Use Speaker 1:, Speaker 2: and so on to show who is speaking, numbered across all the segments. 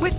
Speaker 1: With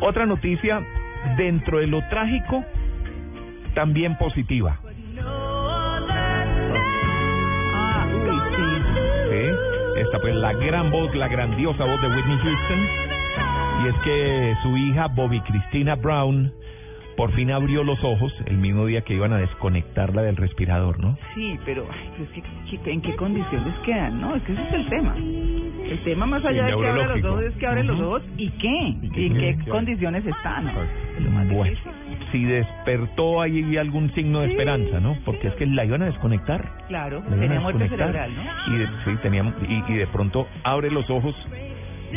Speaker 2: Otra noticia dentro de lo trágico, también positiva. ¿sí? Esta pues la gran voz, la grandiosa voz de Whitney Houston. Y es que su hija Bobby Christina Brown por fin abrió los ojos el mismo día que iban a desconectarla del respirador, ¿no?
Speaker 3: Sí, pero ay, pues, ¿qué- qué- ¿en qué condiciones quedan? No, es que ese es el tema. El tema más allá de que abre los
Speaker 2: neurológico.
Speaker 3: ojos es que abre los
Speaker 2: Ujú.
Speaker 3: ojos y qué,
Speaker 2: ¿Y
Speaker 3: y,
Speaker 2: qué?
Speaker 3: qué
Speaker 2: ¿Qué?
Speaker 3: condiciones están. Lo más
Speaker 2: Bueno,
Speaker 3: difícil.
Speaker 2: si despertó ahí había algún signo de
Speaker 3: Sí.
Speaker 2: esperanza, ¿no? Porque es que la iban a desconectar.
Speaker 3: Claro,
Speaker 2: la iban a
Speaker 3: tenía muerte
Speaker 2: desconectar.
Speaker 3: cerebral, ¿no?
Speaker 2: Y de, sí, teníamos, y, y de pronto abre los ojos.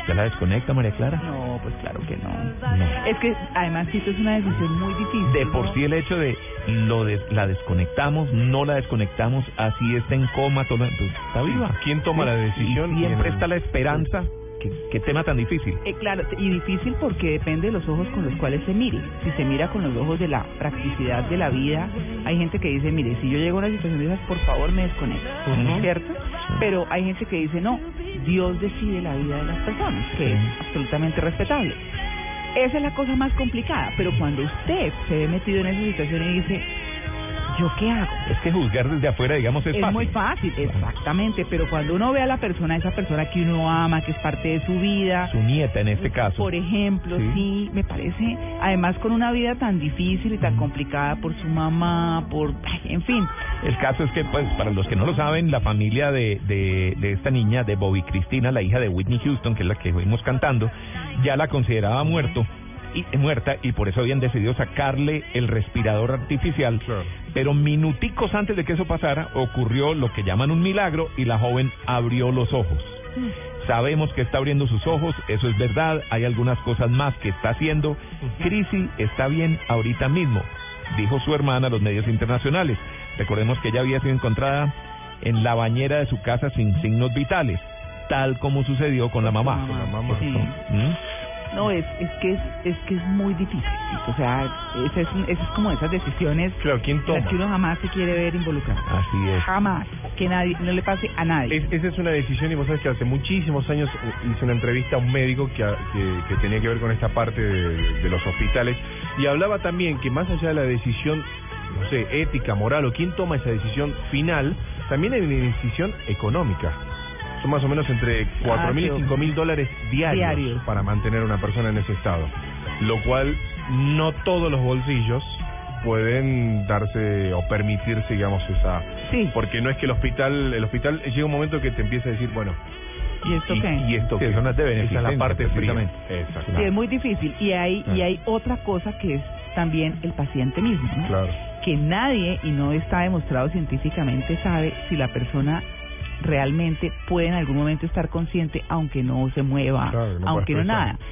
Speaker 2: ¿Ya la desconecta, María Clara?
Speaker 3: No, pues claro que no.
Speaker 2: No.
Speaker 3: Es que además esto es una decisión muy difícil.
Speaker 2: De por
Speaker 3: ¿no?
Speaker 2: sí el hecho de lo des- la desconectamos, no la desconectamos, así está en coma, toda- pues, está viva.
Speaker 4: ¿Quién toma la decisión?
Speaker 2: Y siempre
Speaker 4: ¿Quién?
Speaker 2: está la esperanza. ¿Qué, qué tema tan difícil.
Speaker 3: Eh, claro, y difícil porque depende de los ojos con los cuales se mire. Si se mira con los ojos de la practicidad de la vida, hay gente que dice, mire, si yo llego a una situación de esas, por favor me desconecto,
Speaker 2: Ujú.
Speaker 3: ¿cierto? Pero hay gente que dice, no, Dios decide la vida de las personas, que es
Speaker 2: Sí.
Speaker 3: absolutamente respetable. Esa es la cosa más complicada, pero cuando usted se ve metido en esa situación y dice, ¿yo qué hago?
Speaker 2: Es que juzgar desde afuera, digamos, es,
Speaker 3: Es,
Speaker 2: fácil.
Speaker 3: muy fácil, exactamente, pero cuando uno ve a la persona, esa persona que uno ama, que es parte de su vida,
Speaker 2: Su nieta en este caso.
Speaker 3: por ejemplo,
Speaker 2: Sí.
Speaker 3: sí. me parece, además con una vida tan difícil y tan complicada por su mamá, por, ay, en fin,
Speaker 2: El caso es que, pues, para los que no lo saben, la familia de, de, de esta niña, de Bobby Cristina, la hija de Whitney Houston, que es la que fuimos cantando, ya la consideraba muerto y eh, muerta y por eso habían decidido sacarle el respirador artificial. Pero minuticos antes de que eso pasara, ocurrió lo que llaman un milagro y la joven abrió los ojos. Sabemos que está abriendo sus ojos, eso es verdad, hay algunas cosas más que está haciendo. Crisi está bien ahorita mismo, dijo su hermana a los medios internacionales. Recordemos que ella había sido encontrada en la bañera de su casa sin signos vitales, tal como sucedió con la mamá.
Speaker 3: mamá, sí.
Speaker 2: ¿Mm?
Speaker 3: no, es, es que es, es que es muy difícil, o sea, esa es, esa es como esas decisiones
Speaker 4: Claro, ¿quién
Speaker 3: en las
Speaker 4: toma?
Speaker 3: que uno jamás se quiere ver involucrado,
Speaker 2: Así es.
Speaker 3: jamás, que nadie, no le pase a nadie.
Speaker 4: Es- esa es una decisión y vos sabés que hace muchísimos años eh, hice una entrevista a un médico que, a- que, que tenía que ver con esta parte de, de los hospitales y hablaba también que más allá de la decisión, no sé, ética, moral o quién toma esa decisión final, también hay una decisión económica. Son más o menos entre 4 mil y
Speaker 3: claro.
Speaker 4: 5 mil dólares diarios
Speaker 3: Diarios.
Speaker 4: para mantener a una persona en ese estado, lo cual no todos los bolsillos pueden darse o permitirse, digamos, esa...
Speaker 3: sí,
Speaker 4: Porque no es que el hospital, el hospital llega un momento que te empieza a decir, bueno,
Speaker 3: y esto
Speaker 4: ¿y,
Speaker 3: qué.
Speaker 4: y esto
Speaker 2: Sí,
Speaker 4: qué?
Speaker 2: son las de
Speaker 4: Esa es la
Speaker 2: beneficencia,
Speaker 4: parte fría.
Speaker 2: precisamente.
Speaker 4: Exacto.
Speaker 3: Sí, es muy difícil y hay y hay otra cosa que es también el paciente mismo, ¿no?
Speaker 4: Claro.
Speaker 3: que nadie, y no está demostrado científicamente, sabe si la persona realmente puede en algún momento estar consciente, aunque no se mueva,
Speaker 4: Claro, que no pueda
Speaker 3: aunque no
Speaker 4: expresar.
Speaker 3: nada.